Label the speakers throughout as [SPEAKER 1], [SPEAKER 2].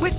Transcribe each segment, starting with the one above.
[SPEAKER 1] With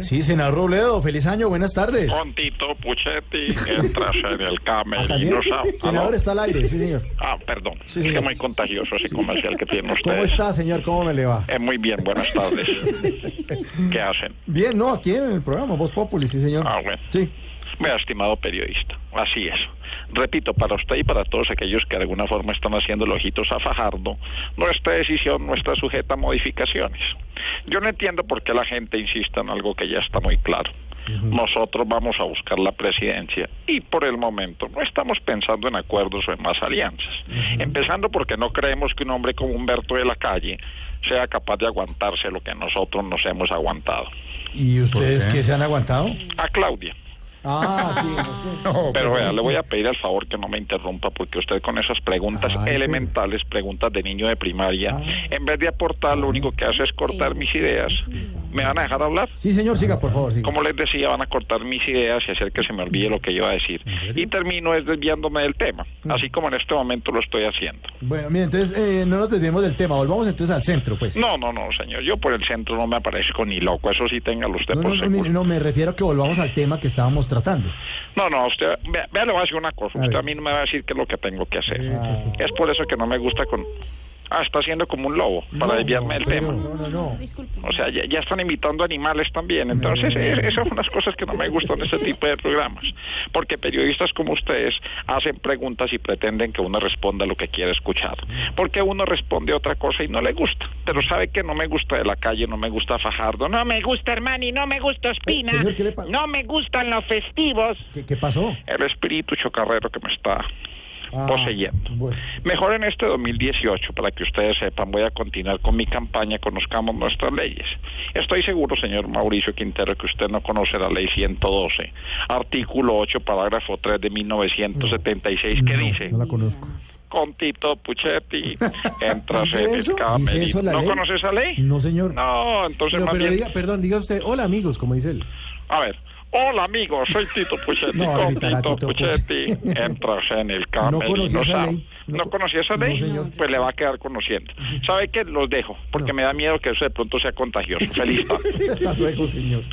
[SPEAKER 2] Sí, senador Robledo, feliz año, buenas tardes.
[SPEAKER 3] Con Tito Puchetti entras en el camerino. ¿sabes?
[SPEAKER 2] Senador,
[SPEAKER 3] ¿Aló?
[SPEAKER 2] está al aire, sí, señor.
[SPEAKER 3] Ah, perdón.
[SPEAKER 2] Sí,
[SPEAKER 3] es que
[SPEAKER 2] señor.
[SPEAKER 3] muy contagioso ese comercial que tienen ustedes.
[SPEAKER 2] ¿Cómo está, señor? ¿Cómo me le va?
[SPEAKER 3] Eh, muy bien, buenas tardes. ¿Qué hacen?
[SPEAKER 2] Bien, no, aquí en el programa, Voz Populi, sí, señor.
[SPEAKER 3] Ah, bueno.
[SPEAKER 2] Sí.
[SPEAKER 3] Vea, estimado periodista, así es. Repito, para usted y para todos aquellos que de alguna forma están haciendo ojitos a Fajardo, nuestra decisión no está sujeta a modificaciones. Yo no entiendo por qué la gente insiste en algo que ya está muy claro. Nosotros vamos a buscar la presidencia y por el momento no estamos pensando en acuerdos o en más alianzas. Empezando porque no creemos que un hombre como Humberto de la Calle sea capaz de aguantarse lo que nosotros nos hemos aguantado.
[SPEAKER 2] ¿Y
[SPEAKER 3] pues,
[SPEAKER 2] ustedes
[SPEAKER 3] ¿eh?
[SPEAKER 2] qué se han aguantado?
[SPEAKER 3] A Claudia.
[SPEAKER 2] Ah, sí. no, es que-
[SPEAKER 3] Pero vea, le voy a pedir el favor que no me interrumpa porque usted con esas preguntas
[SPEAKER 2] Ay,
[SPEAKER 3] elementales, preguntas de niño de primaria,
[SPEAKER 2] Ah.
[SPEAKER 3] en vez de aportar, lo único que hace es cortar mis ideas. ¿Me van a dejar hablar?
[SPEAKER 2] Sí, señor, siga, por favor, siga.
[SPEAKER 3] Como les decía, van a cortar mis ideas y hacer que se me olvide lo que iba a decir. Y termino es desviándome del tema,
[SPEAKER 2] Mm.
[SPEAKER 3] así como en este momento lo estoy haciendo.
[SPEAKER 2] Bueno, mire, entonces eh, no nos desviemos del tema, volvamos entonces al centro, pues.
[SPEAKER 3] No, no, no, señor, yo por el centro no me aparezco ni loco, eso sí téngalo usted
[SPEAKER 2] no,
[SPEAKER 3] por
[SPEAKER 2] no,
[SPEAKER 3] pues, seguro.
[SPEAKER 2] no, no, me refiero a que volvamos al tema que estábamos tratando.
[SPEAKER 3] No, no, usted, vea, vea, le voy a decir una cosa.
[SPEAKER 2] A
[SPEAKER 3] usted
[SPEAKER 2] ver.
[SPEAKER 3] a mí no me va a decir qué es lo que tengo que hacer.
[SPEAKER 2] Ah.
[SPEAKER 3] Es por eso que no me gusta con... Ah, está haciendo como un lobo, para
[SPEAKER 2] No,
[SPEAKER 3] desviarme del
[SPEAKER 2] pero-
[SPEAKER 3] tema.
[SPEAKER 2] No, no, no.
[SPEAKER 3] O sea, ya, ya están invitando animales también. Entonces,
[SPEAKER 2] No.
[SPEAKER 3] es- esas son las cosas que no me gustan de este tipo de programas. Porque periodistas como ustedes hacen preguntas y pretenden que uno responda lo que quiere escuchar. Porque uno responde otra cosa y no le gusta. Pero sabe que no me gusta de la calle, no me gusta Fajardo, no me gusta Hermani, no me gusta Espina,
[SPEAKER 2] Eh, señor, ¿qué le pasa?
[SPEAKER 3] no me gustan los festivos
[SPEAKER 2] ¿Qué, qué pasó?
[SPEAKER 3] el espíritu chocarrero que me está
[SPEAKER 2] Ah,
[SPEAKER 3] poseyendo.
[SPEAKER 2] bueno.
[SPEAKER 3] Mejor en este 2018, para que ustedes sepan, voy a continuar con mi campaña, conozcamos nuestras leyes. Estoy seguro, señor Mauricio Quintero, que usted no conoce la ley 112, artículo 8, parágrafo 3 de 1976, que
[SPEAKER 2] No,
[SPEAKER 3] dice,
[SPEAKER 2] No la conozco.
[SPEAKER 3] con Tito Puchetti, entras
[SPEAKER 2] ¿Dice eso?
[SPEAKER 3] en el
[SPEAKER 2] ¿Dice eso
[SPEAKER 3] camerino.
[SPEAKER 2] la
[SPEAKER 3] ¿No
[SPEAKER 2] ley?
[SPEAKER 3] conoce esa ley?
[SPEAKER 2] No, señor.
[SPEAKER 3] No, entonces
[SPEAKER 4] Pero,
[SPEAKER 3] más
[SPEAKER 4] pero
[SPEAKER 3] bien-
[SPEAKER 4] diga, perdón, diga usted, hola amigos, como dice él.
[SPEAKER 3] A ver. Hola amigos, soy Tito Puchetti.
[SPEAKER 2] No,
[SPEAKER 3] con
[SPEAKER 2] ahorita la
[SPEAKER 3] Tito
[SPEAKER 2] Tito
[SPEAKER 3] Puchetti
[SPEAKER 2] Puchetti.
[SPEAKER 3] entras en el
[SPEAKER 2] No conocí
[SPEAKER 3] camerino.
[SPEAKER 2] esa
[SPEAKER 3] ¿sabe?
[SPEAKER 2] ley.
[SPEAKER 3] No,
[SPEAKER 2] No co-
[SPEAKER 3] conocía esa
[SPEAKER 2] no,
[SPEAKER 3] ley.
[SPEAKER 2] señor.
[SPEAKER 3] Pues le va a quedar conociendo. ¿Sabe qué? Los dejo, porque me da miedo que eso de pronto sea contagioso. Feliz tarde.
[SPEAKER 2] Hasta luego, señor.